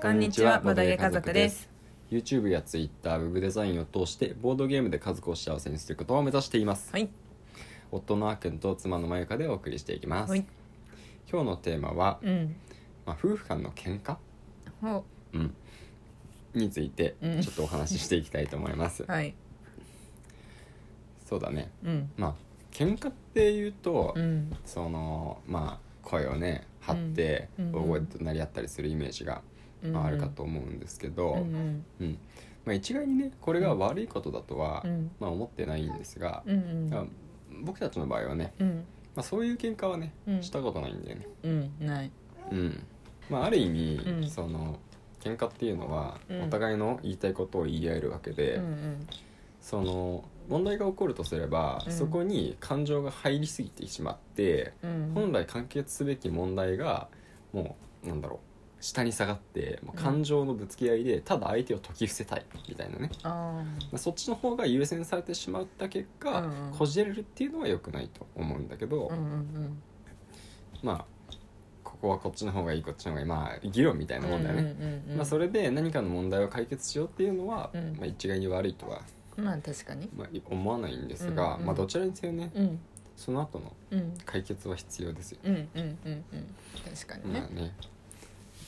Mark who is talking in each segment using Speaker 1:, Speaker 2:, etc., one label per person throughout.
Speaker 1: こんにちはボードゲー家族です。
Speaker 2: YouTube や Twitter、Web デザインを通してボードゲームで家族を幸せにすることを目指しています。
Speaker 1: はい
Speaker 2: 夫のあっくんと妻のまゆかでお送りしていきます。
Speaker 1: はい
Speaker 2: 今日のテーマは、
Speaker 1: うん
Speaker 2: まあ、夫婦間の喧嘩、
Speaker 1: ほ
Speaker 2: うん、について
Speaker 1: うん
Speaker 2: ちょっとお話ししていきたいと思います。
Speaker 1: う はい
Speaker 2: そうだね。
Speaker 1: うん
Speaker 2: まあ喧嘩っていうと、
Speaker 1: うん
Speaker 2: そのまあ声をね張って
Speaker 1: うん
Speaker 2: 大声と鳴り合ったりするイメージが、まあ、あるかと思うんですけど。
Speaker 1: うんうん
Speaker 2: うんまあ、一概にねこれが悪いことだとは、
Speaker 1: うん
Speaker 2: まあ、思ってないんですが、
Speaker 1: うんうん
Speaker 2: まあ僕たちの場合はね、
Speaker 1: うん
Speaker 2: まあ、そういう喧嘩はね、
Speaker 1: うん
Speaker 2: したことないんだよね。
Speaker 1: うんない
Speaker 2: うんまあ、ある意味、
Speaker 1: うん
Speaker 2: その喧嘩っていうのは、
Speaker 1: うん
Speaker 2: お互いの言いたいことを言い合えるわけで、
Speaker 1: うんうん
Speaker 2: その問題が起こるとすれば、
Speaker 1: うん
Speaker 2: そこに感情が入りすぎてしまって、
Speaker 1: うん
Speaker 2: 本来完結すべき問題がもうなんだろう下に下がってもう感情のぶつけ合いで、ただ相手を解き伏せたいみたいなねま
Speaker 1: あ
Speaker 2: あそっちの方が優先されてしまった結果、
Speaker 1: うんうん
Speaker 2: こじれるっていうのは良くないと思うんだけど、
Speaker 1: ーうんうん
Speaker 2: まあここはこっちの方がいいこっちの方がいいまあ議論みたい
Speaker 1: うん
Speaker 2: なもんだよね、
Speaker 1: うんうん
Speaker 2: まあ、そ
Speaker 1: れ
Speaker 2: れで何かの問題を解決しようっていうのは、
Speaker 1: うん
Speaker 2: まあ、一概に悪いとは、
Speaker 1: まあ確かに
Speaker 2: まあ、思わないんですが、
Speaker 1: うんうん
Speaker 2: まあ、どちらにせよね
Speaker 1: うん
Speaker 2: その後の
Speaker 1: うん
Speaker 2: 解決は必要ですよ、
Speaker 1: うんうんうんうん確かに
Speaker 2: ま
Speaker 1: ね
Speaker 2: あね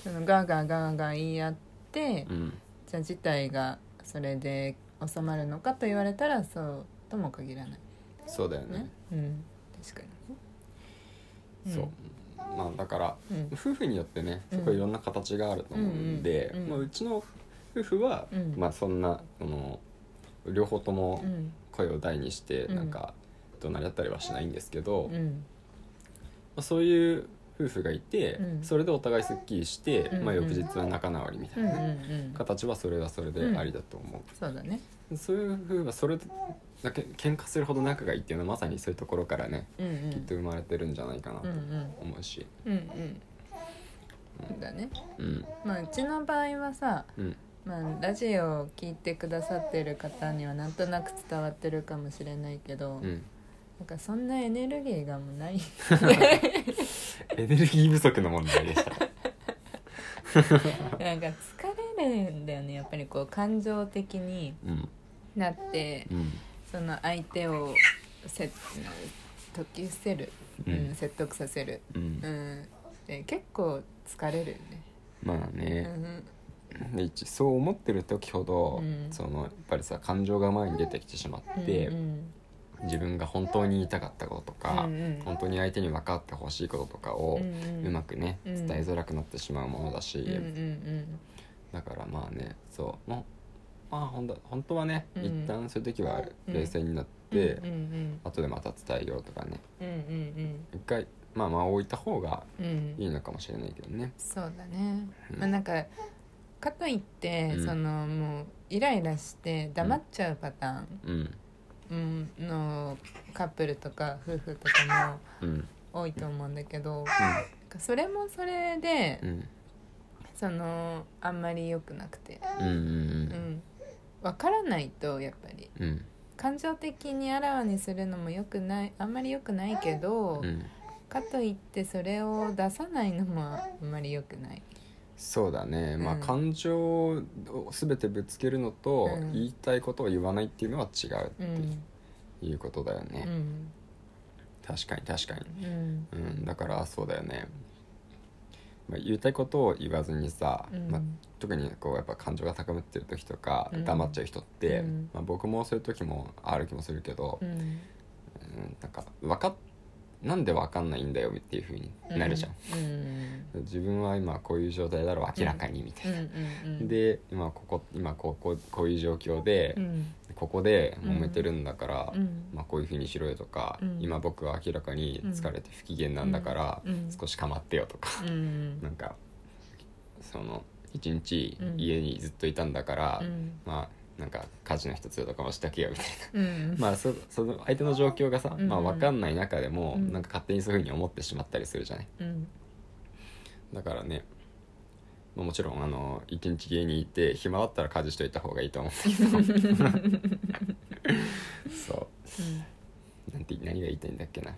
Speaker 1: そのガーガーガーガー言い合って
Speaker 2: うん、
Speaker 1: じゃあ事態がそれで収まるのかと言われたらそうとも限らない
Speaker 2: そうだよね
Speaker 1: ねうん確かに
Speaker 2: そう、まあだから
Speaker 1: うん
Speaker 2: 夫婦によってね
Speaker 1: う
Speaker 2: す
Speaker 1: ん
Speaker 2: ごいいろんな形があると思うんで、
Speaker 1: うんうんうん
Speaker 2: まあ、うちの夫婦は、
Speaker 1: うん
Speaker 2: まあそんなあの両方とも
Speaker 1: うん
Speaker 2: 声を大にして
Speaker 1: うん
Speaker 2: なんか怒鳴り合ったりはしないんですけど、
Speaker 1: う
Speaker 2: ま
Speaker 1: ん
Speaker 2: あ、そういう夫婦がいて、
Speaker 1: うん
Speaker 2: それでお互いすっきりして、
Speaker 1: うんうん
Speaker 2: まあ、翌日は仲直りみた
Speaker 1: う
Speaker 2: い
Speaker 1: んう
Speaker 2: なんね、
Speaker 1: うん
Speaker 2: 形はそれはそれでありだと思
Speaker 1: そうだね
Speaker 2: う、そういう夫婦はそれだけ喧嘩するほど仲がいいっていうのはまさにそういうところからね
Speaker 1: うんうん
Speaker 2: きっと生まれてるんじゃないかなと
Speaker 1: うんうん
Speaker 2: 思うし、
Speaker 1: うんうんそうだね
Speaker 2: うん
Speaker 1: まあうちの場合はさ
Speaker 2: うん
Speaker 1: まあラジオを聞いてくださってる方にはなんとなく伝わってるかもしれないけど
Speaker 2: うん、
Speaker 1: なんかそんなエネルギーがもうない
Speaker 2: エネルギー不足の問題でした
Speaker 1: なんか疲れるんだよねやっぱりこう感情的に
Speaker 2: うん
Speaker 1: なって
Speaker 2: うん
Speaker 1: その相手をせ解き伏せる、
Speaker 2: う
Speaker 1: うんん、説得させる、
Speaker 2: うん
Speaker 1: うん、で結構疲れるよね、
Speaker 2: まあ
Speaker 1: う
Speaker 2: ね、
Speaker 1: ん
Speaker 2: で一そう思ってる時ほど、
Speaker 1: うん
Speaker 2: そのやっぱりさ感情が前に出てきてしまって、
Speaker 1: うん
Speaker 2: 自分が本当に言いたかったこととか、
Speaker 1: うんうん
Speaker 2: 本当に相手に分かってほしいこととか
Speaker 1: う
Speaker 2: を
Speaker 1: んうん
Speaker 2: うまくね、
Speaker 1: うん
Speaker 2: 伝えづらくなってしまうものだし、
Speaker 1: うんうん
Speaker 2: だからまあねそうもうまあほんと本当はね、
Speaker 1: うん
Speaker 2: 一旦そういう時は
Speaker 1: うん
Speaker 2: 冷静になっ
Speaker 1: うん
Speaker 2: て、
Speaker 1: うんうん
Speaker 2: 後でまた伝えようとかね
Speaker 1: うんうん
Speaker 2: 一回まあまあ置いた方が
Speaker 1: うんうん
Speaker 2: いいのかもしれないけどね。
Speaker 1: そうだね、
Speaker 2: うん
Speaker 1: まあなんかかといって、
Speaker 2: うん
Speaker 1: そのもうイライラして黙っちゃうパター
Speaker 2: う
Speaker 1: ン
Speaker 2: ん
Speaker 1: うんのカップルとか夫婦とか
Speaker 2: うん
Speaker 1: も多いと思うんだけど、なんかそれもそれで、
Speaker 2: うんうん
Speaker 1: そのあんまり良くなくて、
Speaker 2: うん
Speaker 1: う
Speaker 2: うん
Speaker 1: ん、分からないとやっぱり
Speaker 2: うん
Speaker 1: 感情的にあらわにするのも良くないあんまり良くないけど、
Speaker 2: うん
Speaker 1: かといってそれを出さないのもあんまり良くない。
Speaker 2: そうだね、まあ
Speaker 1: うん
Speaker 2: 感情を全てぶつけるのと、
Speaker 1: うん
Speaker 2: 言いたいことを言わないっていうのは違う
Speaker 1: う
Speaker 2: っ
Speaker 1: ん
Speaker 2: ていうことだよ
Speaker 1: う
Speaker 2: ね、
Speaker 1: ん
Speaker 2: 確かに確かに、
Speaker 1: うん
Speaker 2: うん、だからそうだよね、まあ、言いたいことを言わずにさ、
Speaker 1: うん
Speaker 2: まあ、特にこうやっぱ感情が高まってる時とか
Speaker 1: うん
Speaker 2: 黙っちゃう人って、
Speaker 1: うん
Speaker 2: まあ、僕もそういう時もある気もするけど、
Speaker 1: うん
Speaker 2: うん、なんかわかっなんでわかんないんだよっていうふうになるじゃん、
Speaker 1: うん
Speaker 2: 自分は今こういう状態だろう明らかにみたいな
Speaker 1: う、んうんうん
Speaker 2: で今ここ今こここういう状況で、
Speaker 1: うん
Speaker 2: ここで揉めてるんだから、
Speaker 1: うん
Speaker 2: まあ、こういうふうにしろよとか、
Speaker 1: うん
Speaker 2: 今僕は明らかに疲れて不機嫌なんだから、
Speaker 1: うん
Speaker 2: 少し構ってよとか、
Speaker 1: うん
Speaker 2: なんかその一日
Speaker 1: うん
Speaker 2: 家にずっといたんだから、
Speaker 1: うん
Speaker 2: まあなんか家事の一つとかもしてあげようみたい な
Speaker 1: うん
Speaker 2: まあそその相手の状況がさ、
Speaker 1: うん
Speaker 2: まあ、分かんない中でも、
Speaker 1: うん
Speaker 2: なんか勝手にそういうふうに思ってしまったりするじゃない。
Speaker 1: うん
Speaker 2: だからねまあもちろんあの一日家にいて暇だったら家事しといた方がいいと思うんだけ どそうなんて何が言いたいんだっけ な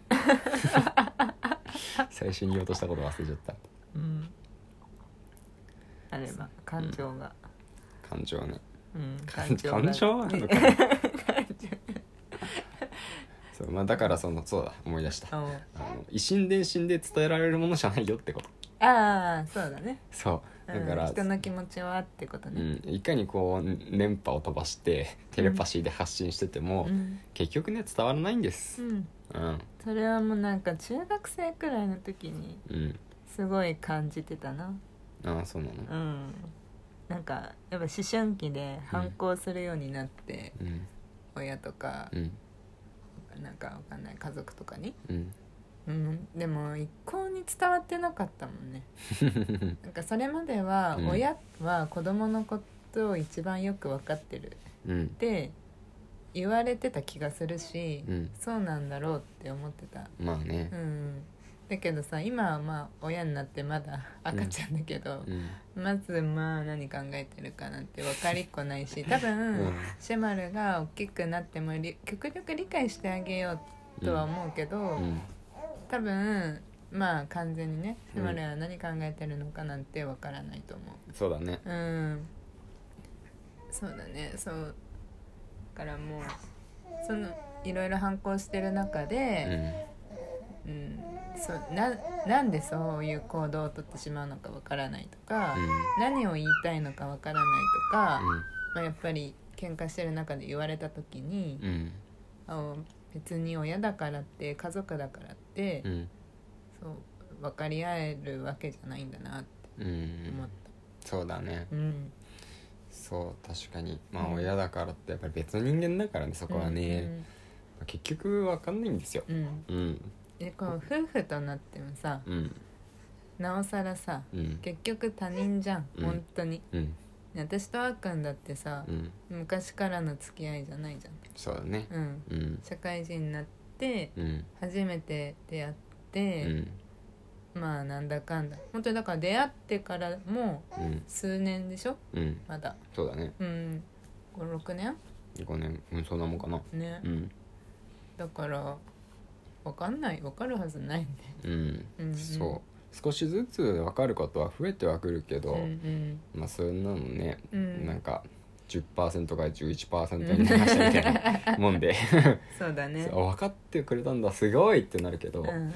Speaker 2: 最初に言おうとしたこと忘れちゃった
Speaker 1: うんあれば感情が、
Speaker 2: 感情ね
Speaker 1: うん、
Speaker 2: 感情
Speaker 1: が
Speaker 2: 感情なのか なそう、まあ、だからそのそうだ思い出したあ
Speaker 1: あの
Speaker 2: の一心伝心で伝えられるものじゃないよってこと
Speaker 1: あーそうだね、
Speaker 2: そう
Speaker 1: う
Speaker 2: だ
Speaker 1: ん、
Speaker 2: から、
Speaker 1: 人の気持ちはってこと
Speaker 2: う
Speaker 1: ね、
Speaker 2: ん、いかにこう電波を飛ばしてテレパシーで発信してても、
Speaker 1: うん
Speaker 2: 結局ね伝わらないんです
Speaker 1: うん
Speaker 2: うん
Speaker 1: それはもうなんか中学生くらいの時に
Speaker 2: うん
Speaker 1: すごい感じてたな
Speaker 2: ああそうなの
Speaker 1: うんなんかやっぱ思春期で反抗するようになって、
Speaker 2: うん
Speaker 1: 親とか
Speaker 2: うん
Speaker 1: なんかわかんない家族とかに
Speaker 2: うん
Speaker 1: うんでも一向に伝わってなかったもんね
Speaker 2: うん
Speaker 1: なんかそれまでは
Speaker 2: うん
Speaker 1: 親は子供のことを一番よく分かってる
Speaker 2: うん
Speaker 1: って言われてた気がするし、
Speaker 2: うん
Speaker 1: そうなんだろうって思ってた
Speaker 2: まあね
Speaker 1: うんだけどさ今はまあ親になってまだ赤ちゃんだけど、
Speaker 2: うん
Speaker 1: まずまあ何考えてるかなんて分かりっこないし多分、
Speaker 2: うん
Speaker 1: シェマルが大きくなってもり極力理解してあげようとは思うけど、
Speaker 2: うん
Speaker 1: 多分まあ完全にねシ
Speaker 2: うん
Speaker 1: ェマルは何考えてるのかなんて分からないと思
Speaker 2: そうだね
Speaker 1: ううんそうだねそうだからもうそのいろいろ反抗してる中で、
Speaker 2: う
Speaker 1: うん、そうななんでそういう行動をとってしまうのかわからないとか、
Speaker 2: ん
Speaker 1: 何を言いたいのかわからないとか、
Speaker 2: うん
Speaker 1: まあ、やっぱり喧嘩してる中で言われた時に、
Speaker 2: うん
Speaker 1: あの別に親だからって家族だからって、
Speaker 2: うん
Speaker 1: そう分かり合えるわけじゃないんだなって
Speaker 2: う
Speaker 1: 思っ
Speaker 2: んそうだね
Speaker 1: た。うん
Speaker 2: そう確かにまあ
Speaker 1: うん
Speaker 2: 親だからってやっぱり別の人間だからねそこはね、結局わかんないんですよ
Speaker 1: うんうん
Speaker 2: うん
Speaker 1: でこう夫婦となってもさ
Speaker 2: うん
Speaker 1: なおさらさ
Speaker 2: うん
Speaker 1: 結局他人じゃん、
Speaker 2: うん
Speaker 1: 本当に
Speaker 2: うん
Speaker 1: 私とあーくんだってさ、
Speaker 2: うん
Speaker 1: 昔からの付き合いじゃないじ
Speaker 2: そうだね
Speaker 1: ゃん、うん、
Speaker 2: うん
Speaker 1: 社会人になって
Speaker 2: うん
Speaker 1: 初めて出会っ
Speaker 2: う
Speaker 1: て、
Speaker 2: ん
Speaker 1: まあなんだかんだ本当にだから出会ってからもう
Speaker 2: うん
Speaker 1: 数年でしょ
Speaker 2: うん
Speaker 1: まだ
Speaker 2: そうだね
Speaker 1: うん56年
Speaker 2: 5年うんそんなもんかな
Speaker 1: ね、
Speaker 2: うん
Speaker 1: だから分かんない分かるはずないんで
Speaker 2: うん、
Speaker 1: うんうん
Speaker 2: そう少しずつ分かることは増えてはくるけど、
Speaker 1: ん
Speaker 2: まあそんなのね、
Speaker 1: うんうん
Speaker 2: なんか10%から11%になりましたみたいなもんで、
Speaker 1: そうだ ね
Speaker 2: そう分かってくれたんだすごいってなるけど、
Speaker 1: うんうん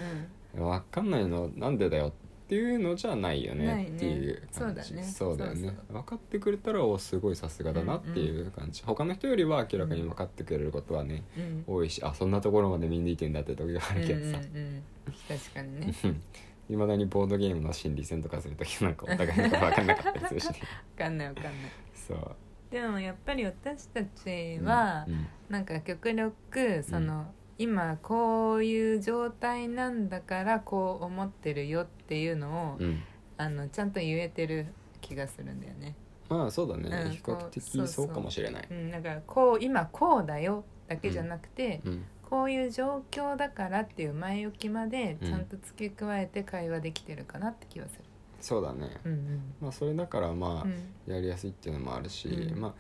Speaker 2: 分かんないのなんでだよっていうのじゃないよ
Speaker 1: な
Speaker 2: ね
Speaker 1: いね
Speaker 2: っていう感じ
Speaker 1: そうだね
Speaker 2: そうだよね
Speaker 1: そうそ
Speaker 2: 分かってくれたらおすごいさすがだなっていう感じ、他の人よりは明らかに分かってくれることはね、
Speaker 1: うん
Speaker 2: 多いしあそんなところまで見抜いてんだって時があ
Speaker 1: うん
Speaker 2: るけどさ、
Speaker 1: うんうん確かにね
Speaker 2: いまだにボードゲームの心理戦とかするときなんかお互いのこと分かんなかったりするしね
Speaker 1: 分かんない分かんない
Speaker 2: そう
Speaker 1: でもやっぱり私たち
Speaker 2: うん
Speaker 1: は、
Speaker 2: うん
Speaker 1: なんか極力その、今こういう状態なんだからこう思ってるよっていうのを、
Speaker 2: うん
Speaker 1: あのちゃんと言えてる気がするんだよね、
Speaker 2: まあそうだね、
Speaker 1: うん
Speaker 2: 比較
Speaker 1: そう
Speaker 2: 的
Speaker 1: そ
Speaker 2: そううかもしれない
Speaker 1: うん、だからこう今こうだよだけじゃなくて、
Speaker 2: うん
Speaker 1: こういう状況だからっていう前置きまでちゃんと付け加えて会話できてるかなって気はする。
Speaker 2: そうだね、
Speaker 1: うん
Speaker 2: まあそれだからまあ、
Speaker 1: うん
Speaker 2: やりやすいっていうのもあるし、
Speaker 1: うん
Speaker 2: まあ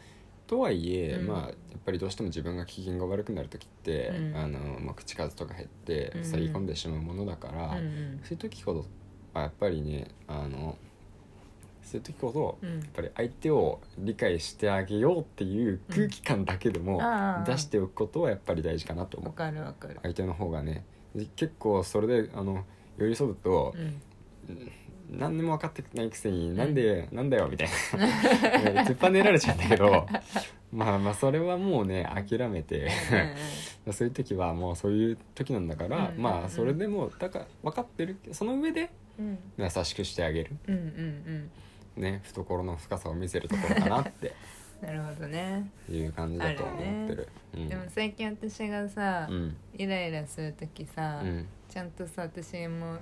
Speaker 2: とはいえ、
Speaker 1: うん
Speaker 2: まあやっぱりどうしても自分が機嫌が悪くなる時って、
Speaker 1: うん
Speaker 2: あのまあ、口数とか減って
Speaker 1: うん
Speaker 2: 塞ぎ込んでしまうものだから、
Speaker 1: うんうん
Speaker 2: そういう時ほどあやっぱりねあのそういう時ほど
Speaker 1: うん
Speaker 2: やっぱり相手を理解してあげようっていう空気感だけでも
Speaker 1: ああ
Speaker 2: 出しておくことはやっぱり大事かなと思
Speaker 1: わ
Speaker 2: う
Speaker 1: かるわかる。
Speaker 2: 相手の方がねで結構それであの寄り添うと
Speaker 1: うん
Speaker 2: 何にも分かってないくせになんでなんだよみたい な突っぱねられちゃうんだけどまあまあそれはもうね諦めて そういう時はもうそういう時なんだから
Speaker 1: うん
Speaker 2: まあそれでもだから分かってるその上で
Speaker 1: うんうん
Speaker 2: 優しくしてあげる
Speaker 1: うんうんうん
Speaker 2: ね懐の深さを見せるところかなって
Speaker 1: うんなるほどね。
Speaker 2: いう感じだと思ってる。うん
Speaker 1: でも最近私がさ、
Speaker 2: うん
Speaker 1: イライラする時さ、
Speaker 2: うん
Speaker 1: ちゃんとさ私も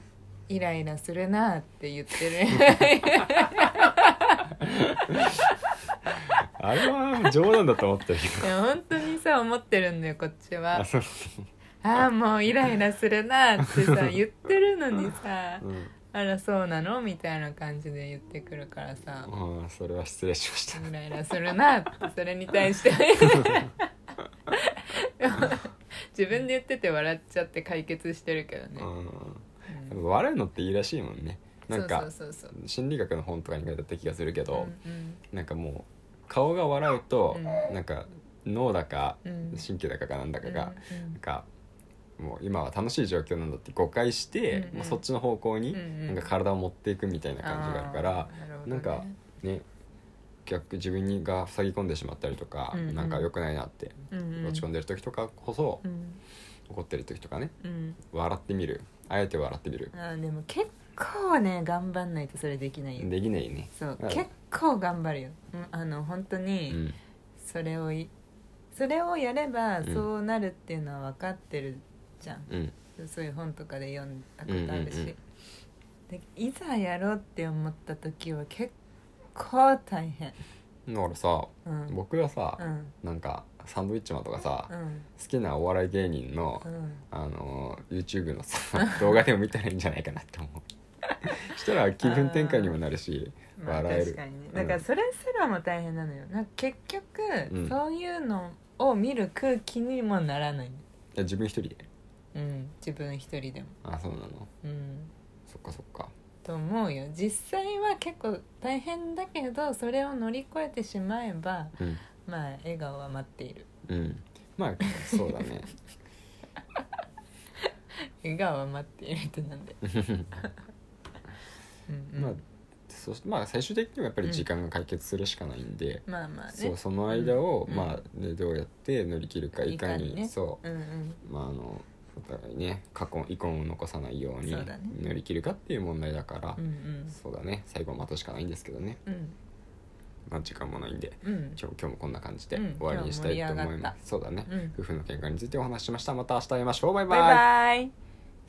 Speaker 1: イライラするなって言って る
Speaker 2: あれは冗談だと思ってる け
Speaker 1: いや本当にさ思ってるんだよこっち
Speaker 2: ど。
Speaker 1: は
Speaker 2: あ、そう。
Speaker 1: ああもうイライラするなって さ言ってるのにさ
Speaker 2: うん。
Speaker 1: あらそうなのみたいな感じで言ってくるからさ
Speaker 2: あそれは失礼しました。
Speaker 1: イライラするなってそれに対して でも自分で言ってて笑っちゃって解決してるけどね、
Speaker 2: うん。
Speaker 1: うん
Speaker 2: やっぱ笑うのっていいらしいもんね。なんか
Speaker 1: そうそうそうそう
Speaker 2: 心理学の本とかに書いてあった気がするけど、
Speaker 1: うん
Speaker 2: なんかもう顔が笑うと、
Speaker 1: う
Speaker 2: なんか脳だか
Speaker 1: うん
Speaker 2: 神経だかがなんだ
Speaker 1: う
Speaker 2: か
Speaker 1: ん
Speaker 2: が、なんかもう今は楽しい状況なんだって誤解して、
Speaker 1: うんうん
Speaker 2: まあ、そっちの方向に
Speaker 1: うんうん
Speaker 2: なんか体を持っていくみたいな感じがあるから、
Speaker 1: あーるほどね
Speaker 2: なんかね逆自分にが塞ぎ込んでしまったりとか、
Speaker 1: うんうん
Speaker 2: なんか良くないなって落ち込ん
Speaker 1: で
Speaker 2: でる時とかこそ、
Speaker 1: うん
Speaker 2: 怒ってる時とかね
Speaker 1: うん
Speaker 2: 笑ってみるあえて笑ってみる
Speaker 1: あ、ーでも結構ね頑張んないとそれできないよ
Speaker 2: できないね
Speaker 1: そう
Speaker 2: うん
Speaker 1: 結構頑張るようんあの本当
Speaker 2: う
Speaker 1: に
Speaker 2: ん
Speaker 1: それをいそれをやれば
Speaker 2: うん
Speaker 1: そうなるっていうのは分かってるじゃん
Speaker 2: うん
Speaker 1: そういう本とかで読んだことある
Speaker 2: う
Speaker 1: し、
Speaker 2: んうんうん
Speaker 1: でいざやろうって思った時は結構大変
Speaker 2: だからさ
Speaker 1: うんうん
Speaker 2: 僕がさ、
Speaker 1: うん
Speaker 2: なんかサンドウィッチマンとかさ、
Speaker 1: うん
Speaker 2: 好きなお笑い芸人の、
Speaker 1: うん
Speaker 2: あのー YouTube のさ動画でも見たらいいんじゃないかなって思 うしたら気分転換にもなるし
Speaker 1: まあ
Speaker 2: 笑える
Speaker 1: 確かにね
Speaker 2: うん
Speaker 1: だからそれすらも大変なのよなんか結局、
Speaker 2: うん
Speaker 1: そういうのを見る空気にもならない、
Speaker 2: いや自分一人で
Speaker 1: うん、自分一人でも、
Speaker 2: あそうなの
Speaker 1: うん、
Speaker 2: そっかそっか
Speaker 1: と思うよ実際は結構大変だけどそれを乗り越えてしまえば
Speaker 2: うん
Speaker 1: まあ笑顔は待っている
Speaker 2: うんまあそうだ ね
Speaker 1: 笑顔は待っているってなんで、うんうん
Speaker 2: まあそしてまあ最終的にはやっぱり時間が解決するしかないんで、
Speaker 1: まあまあね
Speaker 2: そうその間を、
Speaker 1: うん
Speaker 2: まあ、ね、どうやって乗り切るかいかに
Speaker 1: いかにね
Speaker 2: そう
Speaker 1: うんうん
Speaker 2: まああのお互いね過去遺恨を残さないように
Speaker 1: そうだね
Speaker 2: 乗り切るかっていう問題だから
Speaker 1: うんうん
Speaker 2: そうだね最後待つしかないんですけどね
Speaker 1: うん
Speaker 2: まあ時間もないんで
Speaker 1: うん
Speaker 2: 今日今日もこんな感じで
Speaker 1: うん
Speaker 2: 終わりにしたいと思い
Speaker 1: 今日は盛り上が
Speaker 2: ま
Speaker 1: っ
Speaker 2: すそうだね
Speaker 1: うん
Speaker 2: 夫婦の喧嘩についてお話ししましたまた明日会いましょうバイバ
Speaker 1: バイ
Speaker 2: イ
Speaker 1: バイ